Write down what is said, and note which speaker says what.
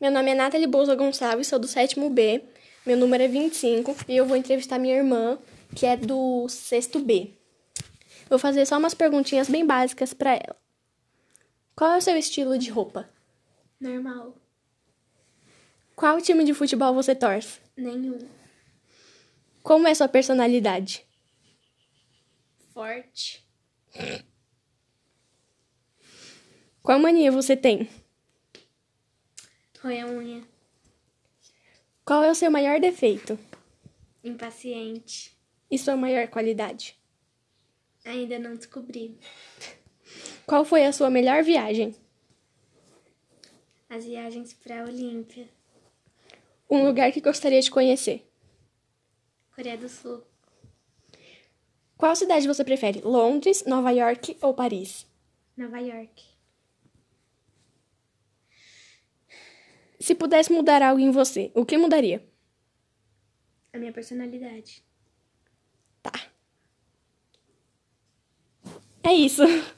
Speaker 1: Meu nome é Nathalie Bolsa Gonçalves, sou do sétimo B. Meu número é 25 e eu vou entrevistar minha irmã, que é do sexto B. Vou fazer só umas perguntinhas bem básicas para ela. Qual é o seu estilo de roupa?
Speaker 2: Normal.
Speaker 1: Qual time de futebol você torce?
Speaker 2: Nenhum.
Speaker 1: Como é sua personalidade?
Speaker 2: Forte.
Speaker 1: Qual mania você tem?
Speaker 2: Roer a unha.
Speaker 1: Qual é o seu maior defeito?
Speaker 2: Impaciente.
Speaker 1: E sua maior qualidade?
Speaker 2: Ainda não descobri.
Speaker 1: Qual foi a sua melhor viagem?
Speaker 2: As viagens pra Olímpia.
Speaker 1: Um lugar que gostaria de conhecer?
Speaker 2: Coreia do Sul.
Speaker 1: Qual cidade você prefere? Londres, Nova York ou Paris?
Speaker 2: Nova York.
Speaker 1: Se pudesse mudar algo em você, o que mudaria?
Speaker 2: A minha personalidade.
Speaker 1: Tá. É isso.